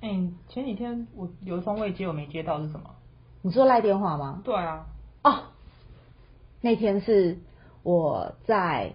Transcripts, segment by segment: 哎前几天我有一封未接，我没接到是什么？你说赖电话吗？对啊，哦，那天是我在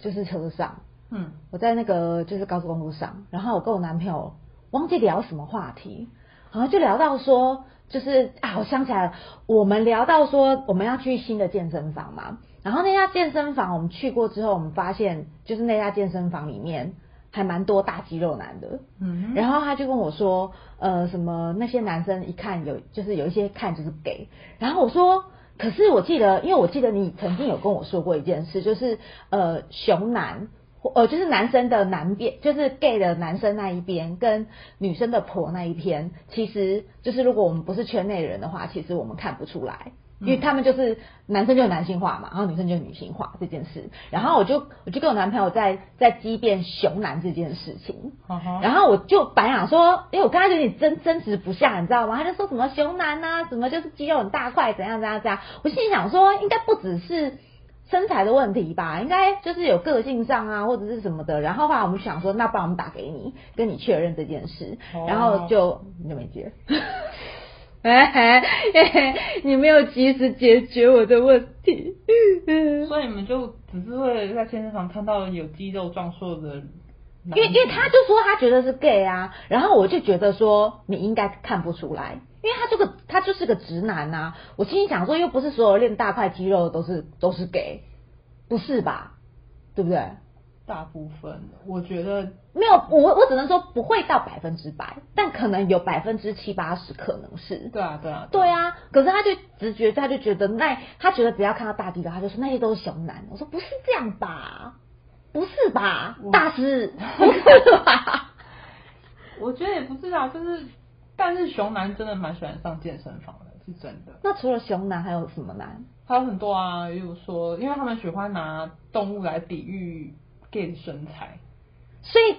就是车上，嗯，我在那个就是高速公路上，然后我跟我男朋友忘记聊什么话题，好像就聊到说，就是啊，我想起来了，我们聊到说我们要去新的健身房嘛，然后那家健身房我们去过之后，我们发现就是那家健身房里面还蛮多大肌肉男的，嗯然后他就跟我说，呃，什么那些男生一看有，就是有一些看就是 gay。然后我说，可是我记得，因为我记得你曾经有跟我说过一件事，就是呃，熊男，或呃，就是男生的男边，就是 gay 的男生那一边，跟女生的婆那一边，其实就是如果我们不是圈内人的话，其实我们看不出来。因为他们就是男生就是男性化嘛，然后女生就是女性化这件事，然后我就我就跟我男朋友在在激辩熊男这件事情，嗯哼，然后我就本来想说，因为我跟他有点争争执不下，你知道吗？他就说什么熊男呐、什么就是肌肉很大块，怎样怎样怎样。我心里想说，应该不只是身材的问题吧，应该就是有个性上啊，或者是什么的。然后后来我们想说，那不然我们打给你，跟你确认这件事。哦然后就你就没接。 哎哎哎，你没有及时解决我的问题。所以你们就只是会在健身房看到有肌肉壮硕的男，因为因为他就说他觉得是 gay 啊，然后我就觉得说你应该看不出来，因为他这个他就是个直男呐、我心里想说，又不是所有练大块肌肉的都是都是 gay，不是吧？对不对？大部分我觉得没有，我我只能说不会到百分之百，但可能有百分之七八十可能是。对啊对啊对啊，可是他就直觉，他就觉得那他觉得只要看到大肌肉，他就说那些都是熊男。我说不是这样吧，不是吧我，大 师，不是吧？我觉得也不是啊，就是但是熊男真的蛮喜欢上健身房的，是真的。那除了熊男还有什么男？还有很多啊，例如说，因为他们喜欢拿动物来比喻 gay 的身材，所以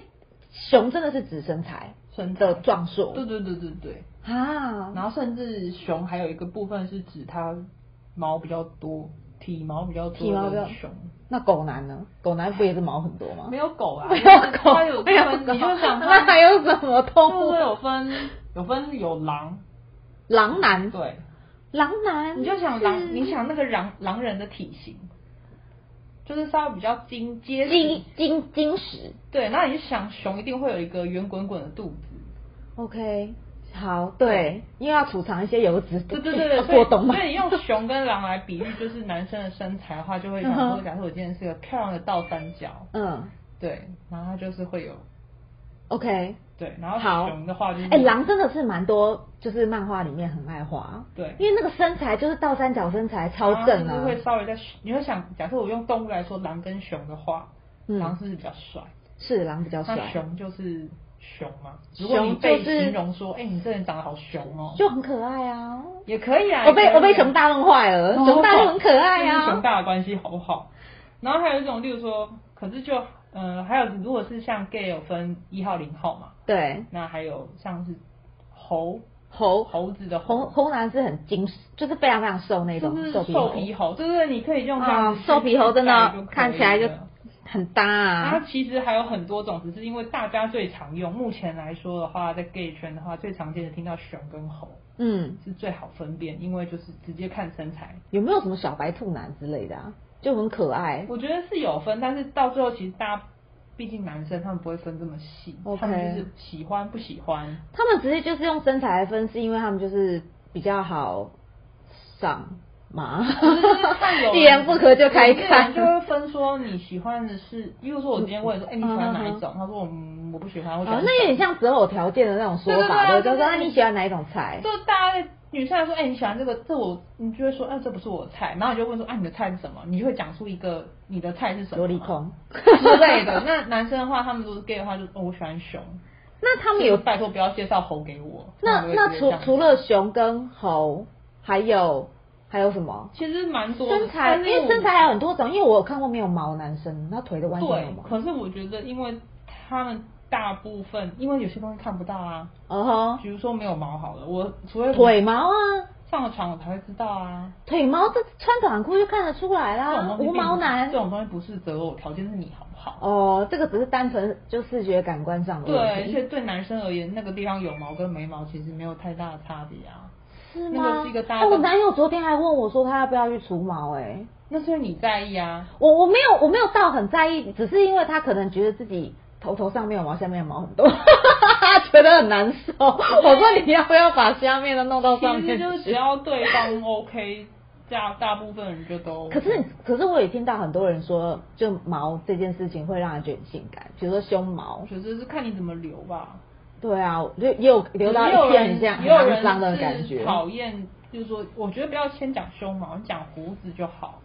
熊真的是指身材身材的壮硕对对对对对。啊，然后甚至熊还有一个部分是指它毛比较多，体毛比较体毛多比较的熊，那狗男呢？狗男不也是毛很多吗 没？有狗啊，没有就是狗它有，没有分，狗，你就想那它还有什么动就是物？有分有分有狼，狼男，对，狼男，你就想狼，你想想那个狼狼人的体型，就是稍微比较精结实金，金金石对，那你就想熊一定会有一个圆滚滚的肚子。 ，OK。好，对，因为要储藏一些油脂，对对对对， 所以过冬嘛所。以你用熊跟狼来比喻，就是男生的身材的话，就会想嗯说，哼假设我今天是个漂亮的倒三角，嗯对，然后他就是会有，OK。对，然后好熊的话就是哎，狼真的是蛮多，就是漫画里面很爱画，对，因为那个身材就是倒三角身材，然超后正就是啊。会稍微在你会想，假设我用动物来说，狼跟熊的话，嗯狼是比较帅，是狼比较帅那，熊就是熊嘛。如熊果你被就是形容说，哎，你这人长得好熊哦，就很可爱啊。也可以啊。我被我被熊熊大弄坏了，哦熊大就很可爱这是熊啊。大的关系好不好？然后还有一种，例如说，可是就呃，还有如果是像 gay 有分一号、零号嘛，对，那还有像是猴猴猴子的红猴，红男是很精，就是非常非常瘦那就种是瘦瘦皮皮猴，对对，对你可以用猴这样啊子去，瘦皮猴真去带就可的以看起来就了很搭它啊。其实还有很多种，只是因为大家最常用。目前来说的话，在 gay 圈的话，最常见的听到熊跟猴嗯，是最好分辨，因为就是直接看身材，有没有什么小白兔男之类的啊？就很可爱。我觉得是有分，但是到最后其实大家，毕竟男生他们不会分这么细 OK 他们就是喜欢不喜 欢，他们直接就是用身材来分，是因为他们就是比较好上嘛哦就是看有，啊人一言不合就开有些啊人看。就会分说你喜欢的是，比如说我今天 问你说，哎、你喜欢哪一种？他说我嗯我不喜欢，我喜哦欢，那有点像择偶条件的那种说对对法，对啊对，就是说啊就是你喜欢哪一种菜？就大家女生来说，哎、你喜欢这个，这我你就会说，哎、这不是我的菜，然后你就问说，啊，你的菜是什么？你就会讲出一个你的菜是什么萝莉控之类的。 那男生的话，他们如果是 gay 的话，就哦我喜欢熊，那他们有拜托不要介绍猴给我。他那们会直那接除这样除了熊跟猴，还有还有什么？其实蛮多的身材，因但是我为身材还有很多种，因为我有看过没有毛男生，那腿的弯形有对，毛。可是我觉得因为他们大部分，因为有些东西看不到啊，哦吼，比如说没有毛好了，我除非我腿毛啊，上了床我才会知道啊。腿毛这穿短裤就看得出来这种东啦，西啊无并不毛男这。种东西不是择偶条件，是你好不好？哦，这个只是单纯就视觉感官上的对，而问且题，对男生而言，那个地方有毛跟没毛其实没有太大的差别啊。是那吗？个是一个大哦我的男友昨天还问我说他要不要去除毛、哎，那是因为你在意啊。我我没有我没有到很在意，只是因为他可能觉得自己头头上面有毛，下面有毛很多， 觉得很难 受。我说你要不要把下面的弄到上其面实去？就是只要对方 OK，大大部分人就都 OK。可是，可是我也听到很多人说，就毛这件事情会让人觉得很性感，比如说胸毛我。觉得是看你怎么留吧。对啊，就也有留到也有一片人这样很也有人肮脏的感觉是。讨厌，就是说，我觉得不要先讲胸毛，你讲胡子就好。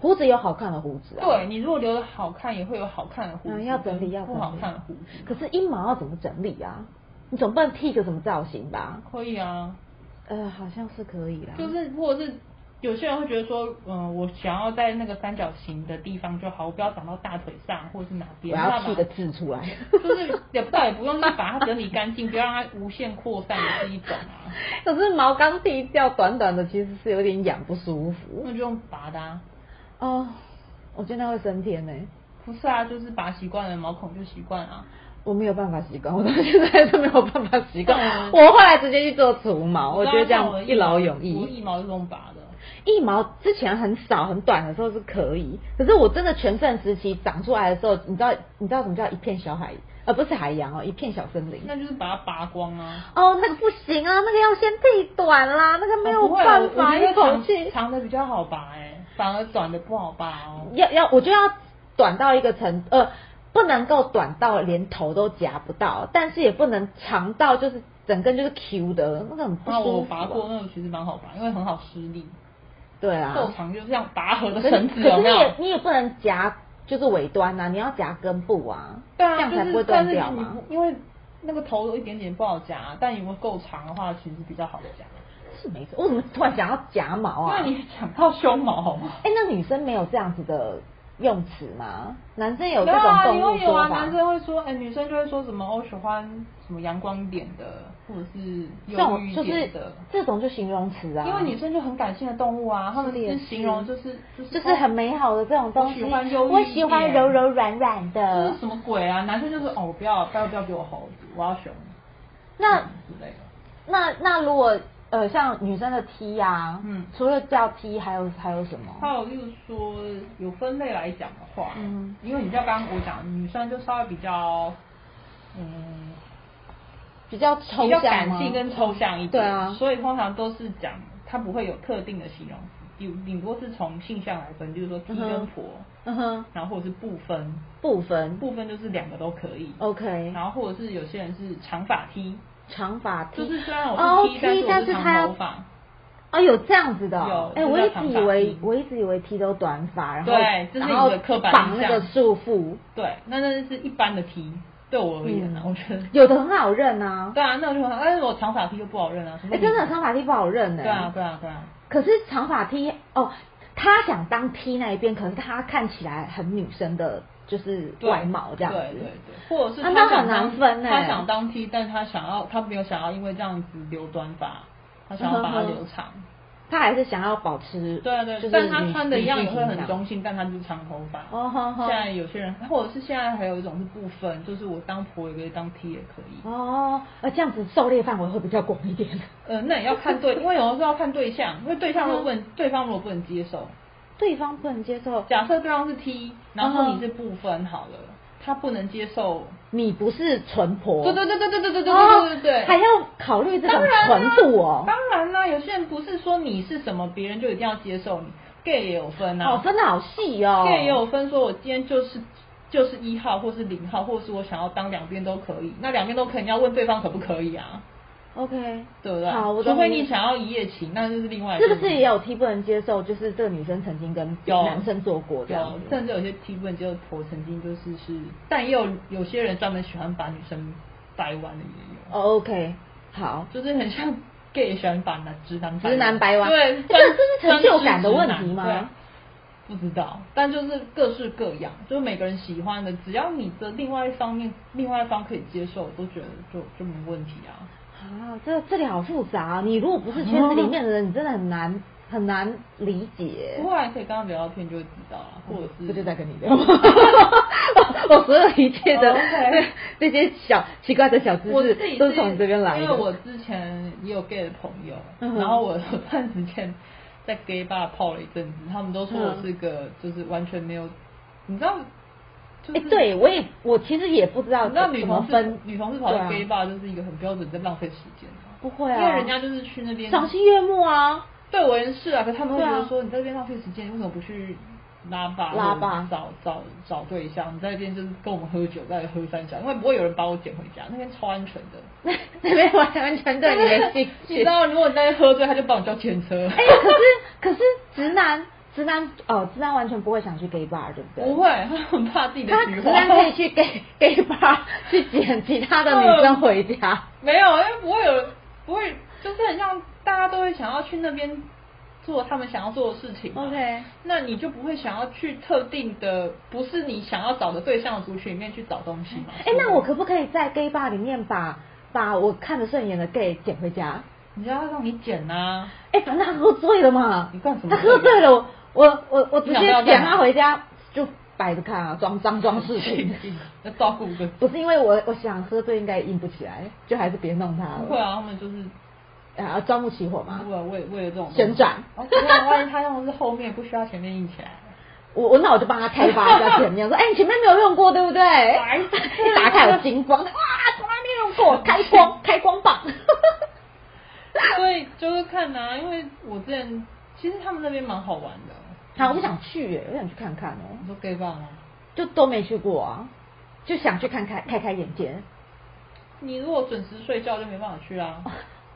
胡子有好看的胡子啊，对你如果留的好看，也会有好看的胡子，嗯要整理要整不理好看的胡子可是阴毛要怎么整理啊？你总不能剃个什么造型吧？可以啊。呃，好像是可以啦。就是或者是有些人会觉得说，嗯、我想要在那个三角形的地方就好，我不要长到大腿上或者是哪边，我那要把剃个痣出来。就是也不倒也不用，就是把它整理干净，不要让它无限扩散，也是一种啊。 可是毛刚剃掉，短短的其实是有点痒，不舒服。那就用拔的、啊，哦，我觉得那会升天呢、不是啊，就是拔习惯了，毛孔就习惯啊。我没有办法习惯，我到现在都没有办法习惯。嗯我后来直接去做除毛，我觉得这刚刚看我的样一劳永我逸。一毛就是用拔的，一毛之前很少很短的时候是可以，可是我真的全盛时期长出来的时候，你知道你知道什么叫一片小海，呃不是海洋哦，一片小森林。那就是把它拔光啊。哦，那个不行啊，那个要先剃短啦，那个没有哦不会办法我一觉得口长气。长的比较好拔哎、反而短的不好拔哦。要要，我就要短到一个程，呃，不能够短到连头都夹不到，但是也不能长到就是整根就是 Q 的，那个很不那我舒服、啊拔过，那个其实蛮好拔，因为很好施力，对够啊，长就像拔河的可是绳可子是有你没有也？你也不能夹就是尾端啊，你要夹根部啊，对这啊，样就才是不会但断是掉你嘛。不因为那个头有一点点不好夹，但如果够长的话，其实比较好夹。是没错，我怎么突然想要夹毛啊？那你讲到胸毛好吗？哎、那女生没有这样子的用词吗？男生有这对种啊，动你物会有说啊，法男？生会说，哎、女生就会说什么，哦我喜欢什么阳光一点的，或者是这忧郁种一就是点的。这种就形容词啊，因为女生就很感性的动物啊，她们是也是是形容就是就是就是很美好的这种东西，我喜欢忧郁我喜欢一点柔柔软软这的是。什么鬼啊？男生就是哦，我不要不要不要给我猴子，我要熊那嗯之类的。那那如果呃像女生的 T 啊，嗯哦除了叫 T 还有还有什还么？有就是说，有分类来讲的话，嗯因为你像刚刚我讲，女生就稍微比较，嗯，比较抽比较象感吗性？跟抽象一点，对啊所以通常都是讲它不会有特定的形容词，顶顶多是从性向来分，就是说 T 嗯哼跟婆，嗯哼，然后或者是不分，不分。不嗯分就是两个都可以， OK，然后或者是有些人是长发 T，长发 T 就是虽然哦我是 T，、 T，但但是是我是他长要头发，哦有这样子的哦，有哎我就一是直长以发为 T 我一直以为 T 都短发，然后对这是然后你的刻板印绑那象个束缚，对，那那是一般的 T，对我而言啊，嗯我觉得。有的很好认啊，对啊，那我就很，但是我长发 T 就不好认啊。什么哎、你真的长发 T 不好认呢、对啊，对啊，对啊。可是长发 T 哦，他想当 T 那一边，可是他看起来很女生的，就是对外貌这样子。对对对，或者是啊他那想当、很难分欸他想当 T，但他想要他没有想要因为这样子留短发，他想要把它留长。他还是想要保持，对啊对，嗯就是但他女穿的一样也会女性很形象中性，但他就是长头发。哦呵呵现在有些人，或者是现在还有一种是不分，就是我当婆也可以，当 T 也可以。哦，呃，这样子狩猎范围会比较广一点。呃，那也要看对，因为有的时候要看对象，因为对象如果不能，对方如果不能接受，对方不能接受，假设对方是 T，然后嗯你是不分好了，他不能接受你不是纯婆，对对对对对对对对哦对对对，还要考虑这种当然纯啦度哦。当然啦，有些人不是说你是什么，别人就一定要接受你，gay 也有分哦啊，分的好细哦。 ，gay 也有分，说我今天就是。就是一号，或是零号，或是我想要当两边都可以。那两边都可以，你要问对方可不可以啊， OK，对不对？好，我除懂非你你想要一夜情，那就是另外一个是问不题。是也有 T 不能接受？就是这个女生曾经跟有男生做过这样有，子。甚至有些提问就是婆曾经就是是，但也有有些人专门喜欢把女生掰弯的也有。哦，OK，好，就是很像 gay 喜欢把男直男直男掰弯对，这个 这是成就感的问题专制吗直男？对不知道，但就是各式各样，就是每个人喜欢的，只要你的另外一方面，另外一方可以接受，我都觉得就就没问题啊。啊，这这里好复杂、你如果不是圈嗯子里面的人，你真的很难很难理解不。过还可以跟他聊聊天就会知道了，或者是这就在跟你 聊，我所有一切的、哦，OK 这些小奇怪的小知我自识己都是从你这边来的。因为我之前也有 gay 的朋友，嗯哼然后我有段时间在 gay bar 泡了一阵子，他们都说嗯我是个就是完全没有，你知道，就是、哎、对我也我其实也不知道你知道怎女么同分事，女同事跑去对啊 gay bar 就是一个很标准在浪费时间的、不会啊，因为人家就是去那边赏心悦目啊，对我也是啊，可是他们会对觉啊得说、你在这边浪费时间，你为什么不去拉吧吧拉吧找找找对象？你在这边就是跟我们喝酒，再喝三小，因为不会有人把我捡回家，那边超安全的。那 那边完完全对你没兴 你趣知。道，如果你在喝醉，他就帮我叫前车。哎、可是可是直男直男哦，直男完全不会想去 gay bar，对不对？不会，他很怕自己的他菊直花。男可以去 gay gay bar 去捡其他的女生回家。没有，因为不会有，不会，就是很像大家都会想要去那边做他们想要做的事情嘛。 OK 那你就不会想要去特定的，不是你想要找的对象的族群里面去找东西嘛？哎、那我可不可以在 gay bar 里面把把我看得顺眼的 gay 捡回家？你要让你啊捡呐、哎、反正他喝醉了嘛，你干什么他喝醉了，我我我我直接你想不要捡干他嘛回家就摆着看啊，装装装饰 品。要照顾个。不是因为我我想喝醉应该硬不起来，就还是别弄他不会了。啊，他们就是啊，招募起火嘛如。果为为了这种旋转哦，对啊，万一他用的是后面，不需要前面硬起来。我我那我就帮他开发一下前面，说哎、你前面没有用过对不对？白痴一打开有金光，哇，从来没用过，开光开光棒。 所以就是看呐、因为我之前其实他们那边蛮好玩的。好，我想去耶，我想去看看哦、你说 gay 吧吗？就都没去过啊，就想去看看开开眼界。你如果准时睡觉就没办法去啦、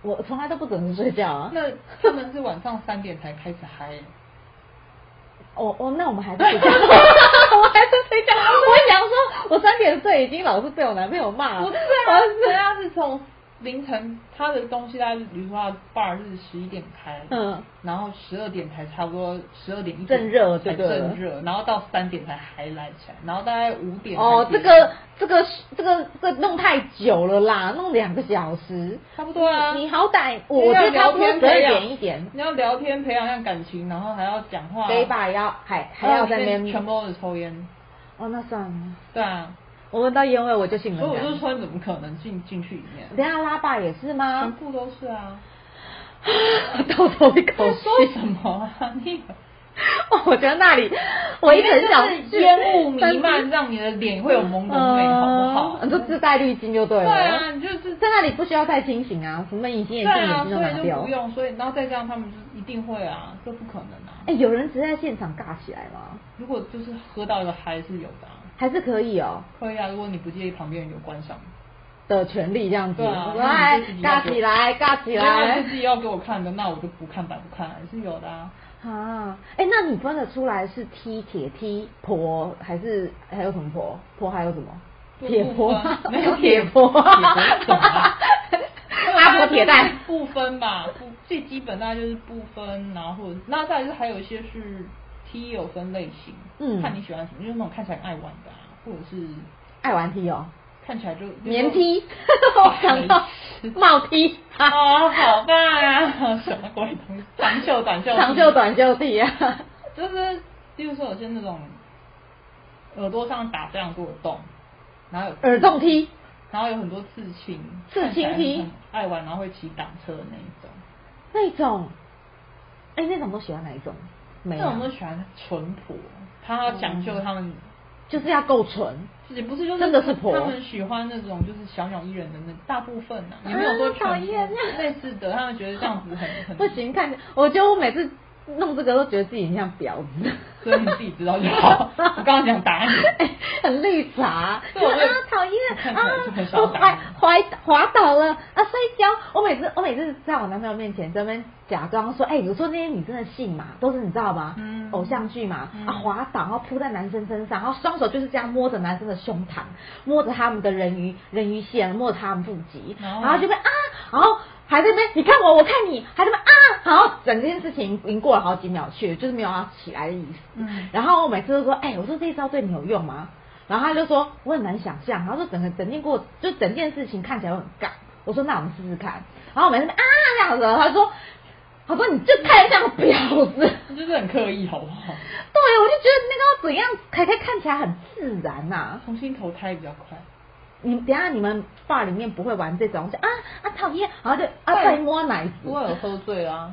我从来都不准时睡觉啊。那他们是晚上三点才开始嗨、 哦哦，那我们还是睡觉，我还是睡觉。 我想说，我三点睡已经老是被我男朋友骂了。不是啊，人家是从凌晨，他的东西大概是，比如说他 bar 是十一点开，嗯，然后十二点才差不多，十二点一正热才就对了正热，然后到三点才嗨来起来，然后大概五点才哦，结这束个这个这个这个弄太久了啦，弄两个小时。差不多啊。你你好歹我我觉得差要不多聊天啊十培二养点一点你要聊天培养一下感情，然后还要讲话， ，gay 吧也要还还然要后在那里面边哦全部都是抽烟，哦，那算了，对啊，我闻到烟味我就性所以冷我就感。说你怎么可能进进去里面？等一下拉霸也是全吗？部都是啊， 倒抽一口在气。说什么啊？你哦， 我觉得那里我一直很想就是去烟雾弥漫，，让你的脸会有朦胧美，好不 好？哦呃你就自带滤镜就对对了。啊，你就是在那里不需要太清醒啊，什么隐形对眼镜、啊，眼镜都所以拿就掉不。用，所以然后再这样，他们就一定会啊，这不可能啊。哎，有人直接在现场尬起来吗？如果就是喝到一个嗨是有的、啊，还是可以哦可以啊，如果你不介意旁边人有观赏。的权利这样子。对啊来那你就自己要尬起来，尬起来是自己要给我看的，那我就不看白不看，是有的啊。啊！哎，那你分得出来是踢铁踢婆还是还有什么婆婆还有什么铁婆不吗分 没有铁婆，铁婆懂啊 阿婆铁蛋。 不分吧，不最基本大概就是不分，然后或者那再来就是还有一些是 T 有分类型，嗯看你喜欢什么，就是那种看起来很爱玩的、啊，或者是爱玩踢哦，看起来就哎棉 T，我 想到帽 T 啊，哦，好吧、什么鬼东西？长袖短袖，长袖，短袖 T 啊，就是比如说有些那种耳朵上打非常多的洞，然后有 耳洞 T，然后有很多刺青，刺青看起来皮很爱玩，然后会骑挡车的那一种。那种，哎，那种都喜欢哪一种？没啊哦那有种，都喜欢淳朴，他要讲究他们，就是要够纯，也不是就是真的是婆他们喜欢那种就是小鸟依人的那大部分啊，也没有说全部啊讨厌类似的，他们觉得这样子很 很不，行，看着我觉得我每次弄这个都觉得自己很像婊子。所以你啊自己知道就好。我刚刚讲答案， 哎很绿茶，对就我啊也讨厌看啊起来就很，想我打滑滑滑倒了啊摔跤。我每次我每次在我男朋友面前在那边假装说，哎、我说那些女生的戏嘛，都是你知道吗？嗯偶像剧嘛，嗯啊滑倒，然后扑在男生身上，然后双手就是这样摸着男生的胸膛，摸着他们的人鱼人鱼线，摸着他们腹肌，然后然后就会啊，然后。还在那边，你看我，我看你，还在那边啊，然后整件事情已经过了好几秒去了，就是没有要起来的意思。嗯，然后我每次都说，哎、我说这一招对你有用吗？然后他就说我很难想象，然后说整个整件过就整件事情看起来我很尬，我说那我们试试看，然后我们那边啊这样子，他说，他说你这太像婊子。那就是很刻意，好不好？对，我就觉得那个要怎样才可以看起来很自然呐、重新投胎比较啊快。你等一下你们 bar 里面不会玩这种，我就啊啊讨厌，然后就啊会再摸奶不过子。有喝醉啊，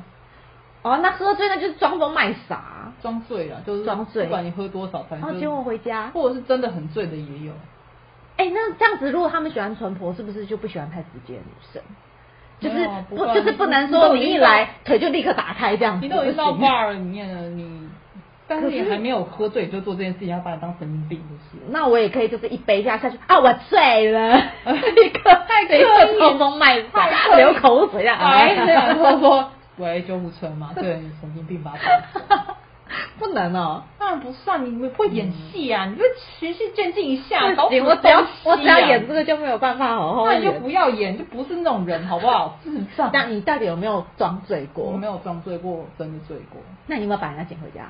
哦，那喝醉那就是装疯卖傻，装醉了，就是装醉不管你喝多少，反然后正结果回家。或者是真的很醉的也有。哎，那这样子，如果他们喜欢淳朴，是不是就不喜欢太直接的女生？就是没有啊不不会啊就是你不能你都说已你经一到来腿就立刻打开这样子，你都已经到啊不行 bar 里面了，你但是可是你还没有喝醉，你就做这件事情，要把你当神经病，就是。那我也可以就是一杯下下去啊，我醉 了，立刻太刻立意刻装疯卖太刻傻，意流口水 啊！哎，这样说说，喂，救护车嘛，对，你神经病 吧？ 不能哦。当然不算，你们会演戏啊，你这循序渐进一下，搞嗯什不行，么我只要东西啊我只要演这，个就没有办法好哦好那你就演。不要演，就不是那种人，好不好？智障。那你到底有没有装醉我过没？有装醉过，真的醉过，那你有没有把人家捡回家？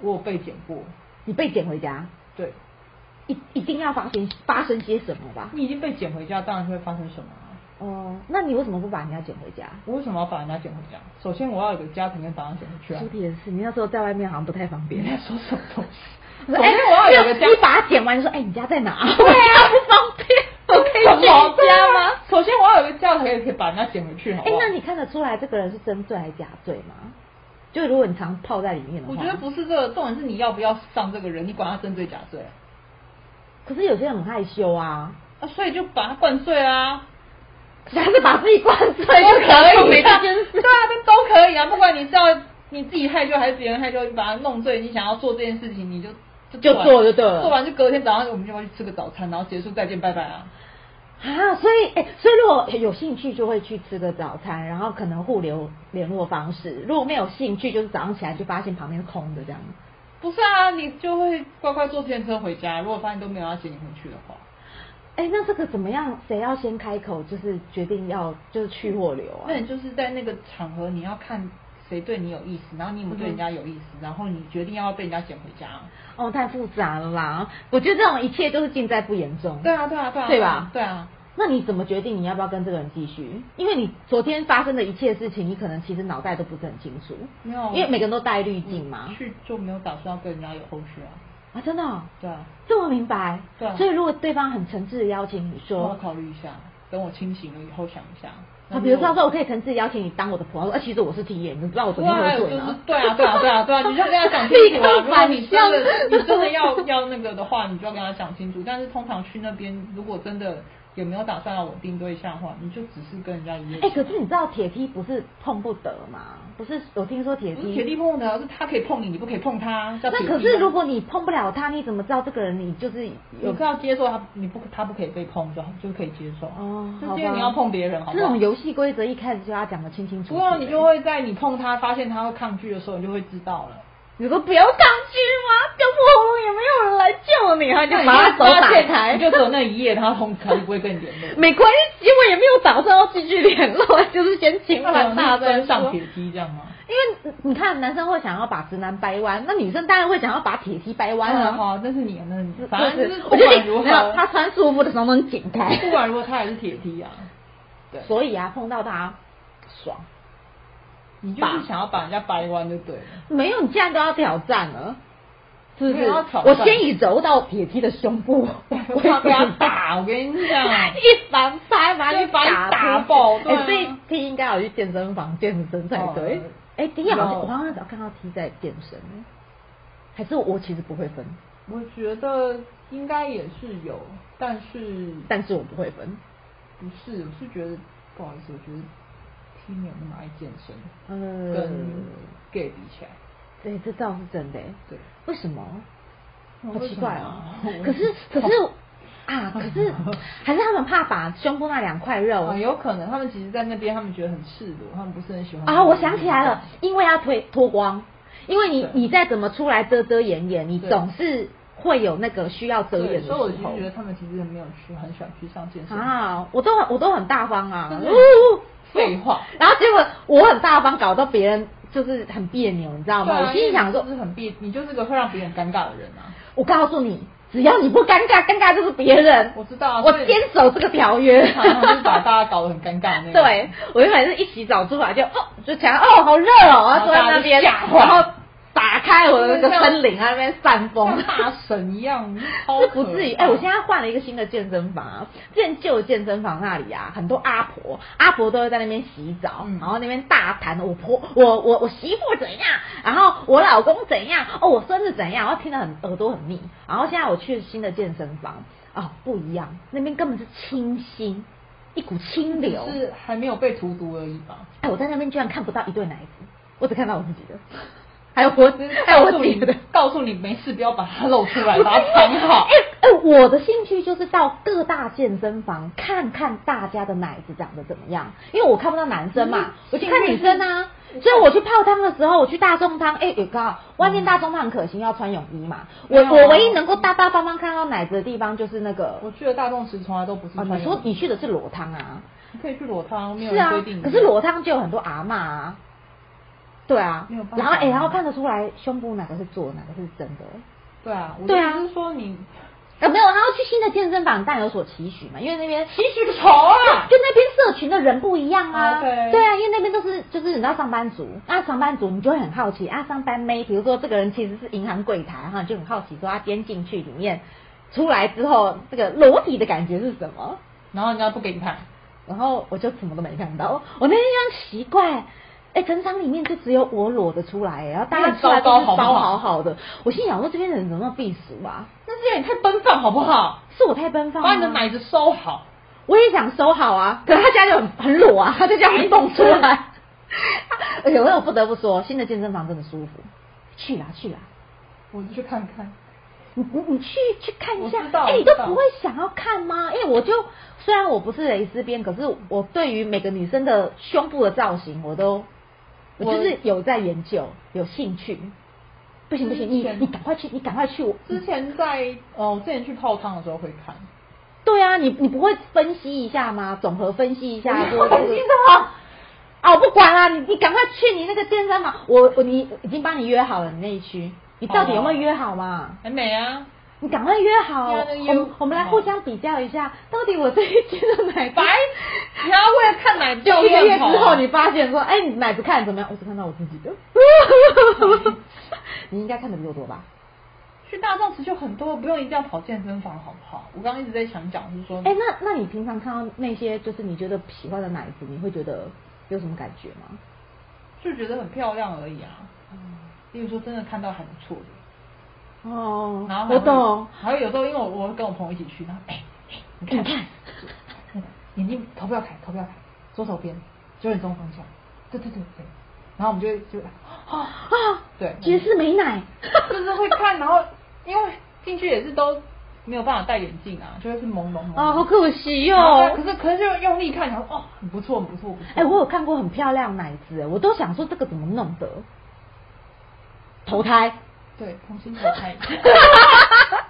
我有被捡过，你被捡回家，对，一一定要发生发生些什么吧？你已经被捡回家，当然就会发生什么啊、哦，那你为什么不把人家捡回家？我为什么要把人家捡回家？首先我要有个家庭跟档案捡回去啊说！的也是，你那时候在外面好像不太方你便。在说什么东西？我说首先我要有哎个家你把它捡完，你说哎，你家在哪？对啊，不方便，我可以什捡么你家吗？？首先我要有个家，可以可以把人家捡回去，好哎不好？，那你看得出来这个人是真醉还是假醉吗？就如果你常泡在里面的话，我觉得不是这个重点，是你要不要上这个人，你管他真醉假醉可是有些人很害羞啊，啊，所以就把他灌醉啊，可是还是把自己灌 都醉就可没以啊，这件对啊，事。这都可以啊，不管你是要你自己害羞还是别人害羞，你把他弄醉，你想要做这件事情，你就就完做就对了做完就隔天早上我们就要去吃个早餐，然后结束再见，拜拜啊。 啊，所以哎、所以如果有兴趣就会去吃个早餐，然后可能互留联络方式。如果没有兴趣，就是早上起来就发现旁边是空的这样。不是啊，你就会乖乖坐自行车回家。如果发现都没有要接你回去的话，哎、那这个怎么样？谁要先开口，就是决定要就是去或留啊那？你就是在那个场合，你要看谁对你有意思，然后你有没有对人家有意思，然后你决定要不要被人家捡回家啊。哦，太复杂了啦！我觉得这种一切都是尽在不言中。对啊，对啊，对啊，嗯对吧对啊，那你怎么决定你要不要跟这个人继续？因为你昨天发生的一切事情，你可能其实脑袋都不是很清楚，没有，嗯因为每个人都带滤镜嘛。去就没有打算要跟人家有后续啊。啊，真的哦、对啊，这么明白？对啊所以如果对方很诚挚的邀请你我要说，考虑一下，等我清醒了以后想一下。啊，比如说他那说我可以诚挚地邀请你当我的朋友，啊，其实我是 T 眼，你不知道我如果，昨天哇，还喝有醉就是吗？对啊，对啊，对啊，对啊，你就跟他讲清楚啊。 立刻如果你真的反向你真的要要那个的话，你就要跟他讲清楚。但是通常去那边，如果真的也没有打算要稳定对象的话，你就只是跟人家一夜哎、情。可是你知道铁梯不是碰不得吗？不是，我听说铁不嗯是铁梯。力碰的，是他可以碰你，你不可以碰他。叫那铁可力是啊如果你碰不了他，你怎么知道这个人你就是有你是要接受他，你不他不可以被碰就好，就可以接受。哦就好是因为吧你要碰别人，好不这好种？游戏规则一开始就要讲的清清楚楚。不过你就会在你碰他，发现他会抗拒的时候，你就会知道了。你说不要抗拒吗？掉破喉咙也没有人来救你， 然后你就把他手打开你。就只有那一夜，他通他就不会跟你联络。没啊关系，我也没有打算要继续联 络，就是先请那我很大大声声上说。铁梯这样吗？因为你看，男生会想要把直男掰弯，那女生当然会想要把铁梯掰弯了啊。哈，那是你，那是你，反正就是嗯我不觉管得如没有他何，穿束缚的时候能剪开， 不管如何，他还是铁梯啊。对，所以啊，碰到他爽。你就是想要把人家掰弯就对 了。没有，你既然都要挑战了，是不没是有要？挑我战先以柔到铁梯的胸 部，我要被他打，我跟你讲，一反拍把你就把你打打出爆去对啊哎所以 T 应该要去健身房健身才对哦。哎、T 好像有我好像有看到 T 在健身，还是我其实不会分，我觉得应该也是有，但是但是我不会分。不是，我是觉得不好意思，我觉得 T 没有那么爱健身，跟嗯， gay 比起来，对，这倒是真的。对，为什么？好为奇什怪么哦啊。可是可是啊，可是还是他们怕把胸部那两块肉啊，有可能他们其实，在那边他们觉得很赤裸，他们不是很喜欢啊，我想起来了，因为要脱脱光，因为你对你再怎么出来遮遮掩掩，你对总是会有那个需要遮对，掩的所以我时就候觉得他们其实没有去，很喜欢去上健身房。啊，我都很我都很大方啊，真的呜，废话，然后结果我很大方，搞到别人就是很别扭，你知道对吗？啊我心里想说因为你就，是很别，你就是个会让别人尴尬的人啊。 我告诉你，只要你不尴尬，尴尬就是别人。我知道啊我所以坚守这个条约。 常常就是把大家搞得很尴尬那个。对，我原本是一洗澡出来就哦，就想哦好热哦，然后坐在那边，然后大家就吓坏然后打开我的那个森林，在那边散像风。大神一样，嗯超 这不至于，可怕哎、我现在换了一个新的健身房、啊，之前旧的健身房那里啊，很多阿婆，阿婆都会在那边洗澡，嗯然后那边大谈我婆，我我我媳妇怎样，然后我老公怎样，哦，我孙子怎样，然后听得很耳朵很腻。然后现在我去新的健身房，哦，不一样，那边根本是清新，一股清流。只是还没有被荼毒而已吧。哎，我在那边居然看不到一对奶子，我只看到我自己的，还有我就是还有哎我告诉姐的你。，告诉你没事，不要把它露出来，我把它藏好哎。哎、我的兴趣就是到各大健身房看看大家的奶子长得怎么样，因为我看不到男生嗯嘛，我去看女生啊。所以我去泡汤的时候，我去大众汤，哎、也刚好外面大众汤很可惜，要穿泳衣嘛。我嗯没有啊我唯一能够大大方方看到奶子的地方就是那个，我去的大众池从来都不是哦，穿泳衣。你说你去的是裸汤啊？你可以去裸汤，没有是人啊规定你。，可是裸汤就有很多阿嬷啊。对啊没有，办法然后哎、然后看得出来胸部哪个是做，哪个是真的。对啊，我对啊就是说你啊，没有，然后去新的健身房，但有所期许嘛，因为那边你许个头啊！就那边社群的人不一样啊，啊对对啊，因为那边都是就是你知道上班族，那、上班族你就会很好奇啊，上班妹，比如说这个人其实是银行柜台哈，你就很好奇说他啊今天进去里面出来之后这个裸体的感觉是什么，然后人家不给你看，然后我就什么都没看到，我那天就很奇怪。哎，整场里面就只有我裸的出来，然后大家出来都是那个糟糕好不好包好好的。我心想说，这边人怎么那么避俗啊？那这样也太奔放好不好？是我太奔放吗？把你的奶子收好。我也想收好啊，可是他家就很很裸啊，他就这样蹦出哎来。 而且我有不得不说，新的健身房真的舒服，去啦去啦，我就去看看。你你你去去看一下我知，道哎、我你知都道不会想要看吗？因为我就虽然我不是蕾丝边，可是我对于每个女生的胸部的造型，我都我我就是有在研究，有兴趣。不行不行，你之前你赶快去，你赶快去，我之前在哦，我之前去泡汤的时候会看，对啊，你你不会分析一下吗？总和分析一下，说这个分析什么？啊，我不管啦、你你赶快去你那个健身房，我我你已经帮你约好了，你那一区，你到底有哦没有约好嘛？很美啊，你赶快约好，对啊那我约们我们来互相比较一下，到底我这一区的奶白，你要为了看奶就掉一个月乱之跑。后，你发现说，哎，你奶子看得怎么样？我只看到我自己的， 你应该看的比我多吧？去大众池就很多，不用一定要跑健身房，好不好？我刚刚一直在想讲，就是说，哎，那那你平常看到那些就是你觉得喜欢的奶子，你会觉得有什么感觉吗？就觉得很漂亮而已啊。嗯例如说，真的看到还不错的，哦然后还会我懂。。还有有时候，因为我我会跟我朋友一起去，然后哎、哎你看你看，那个眼睛头不要抬，头不要抬，左手边九点钟方向，对对对对。然后我们就会就啊啊，对绝世美奶，就是会看，然后因为进去也是都没有办法戴眼镜啊，就会是朦胧啊，好可惜然后可哦。是可是就用力看，然后哦，很不错，很不错，很不错。哎，我有看过很漂亮奶子，我都想说这个怎么弄的？投胎， 对重新投胎一下。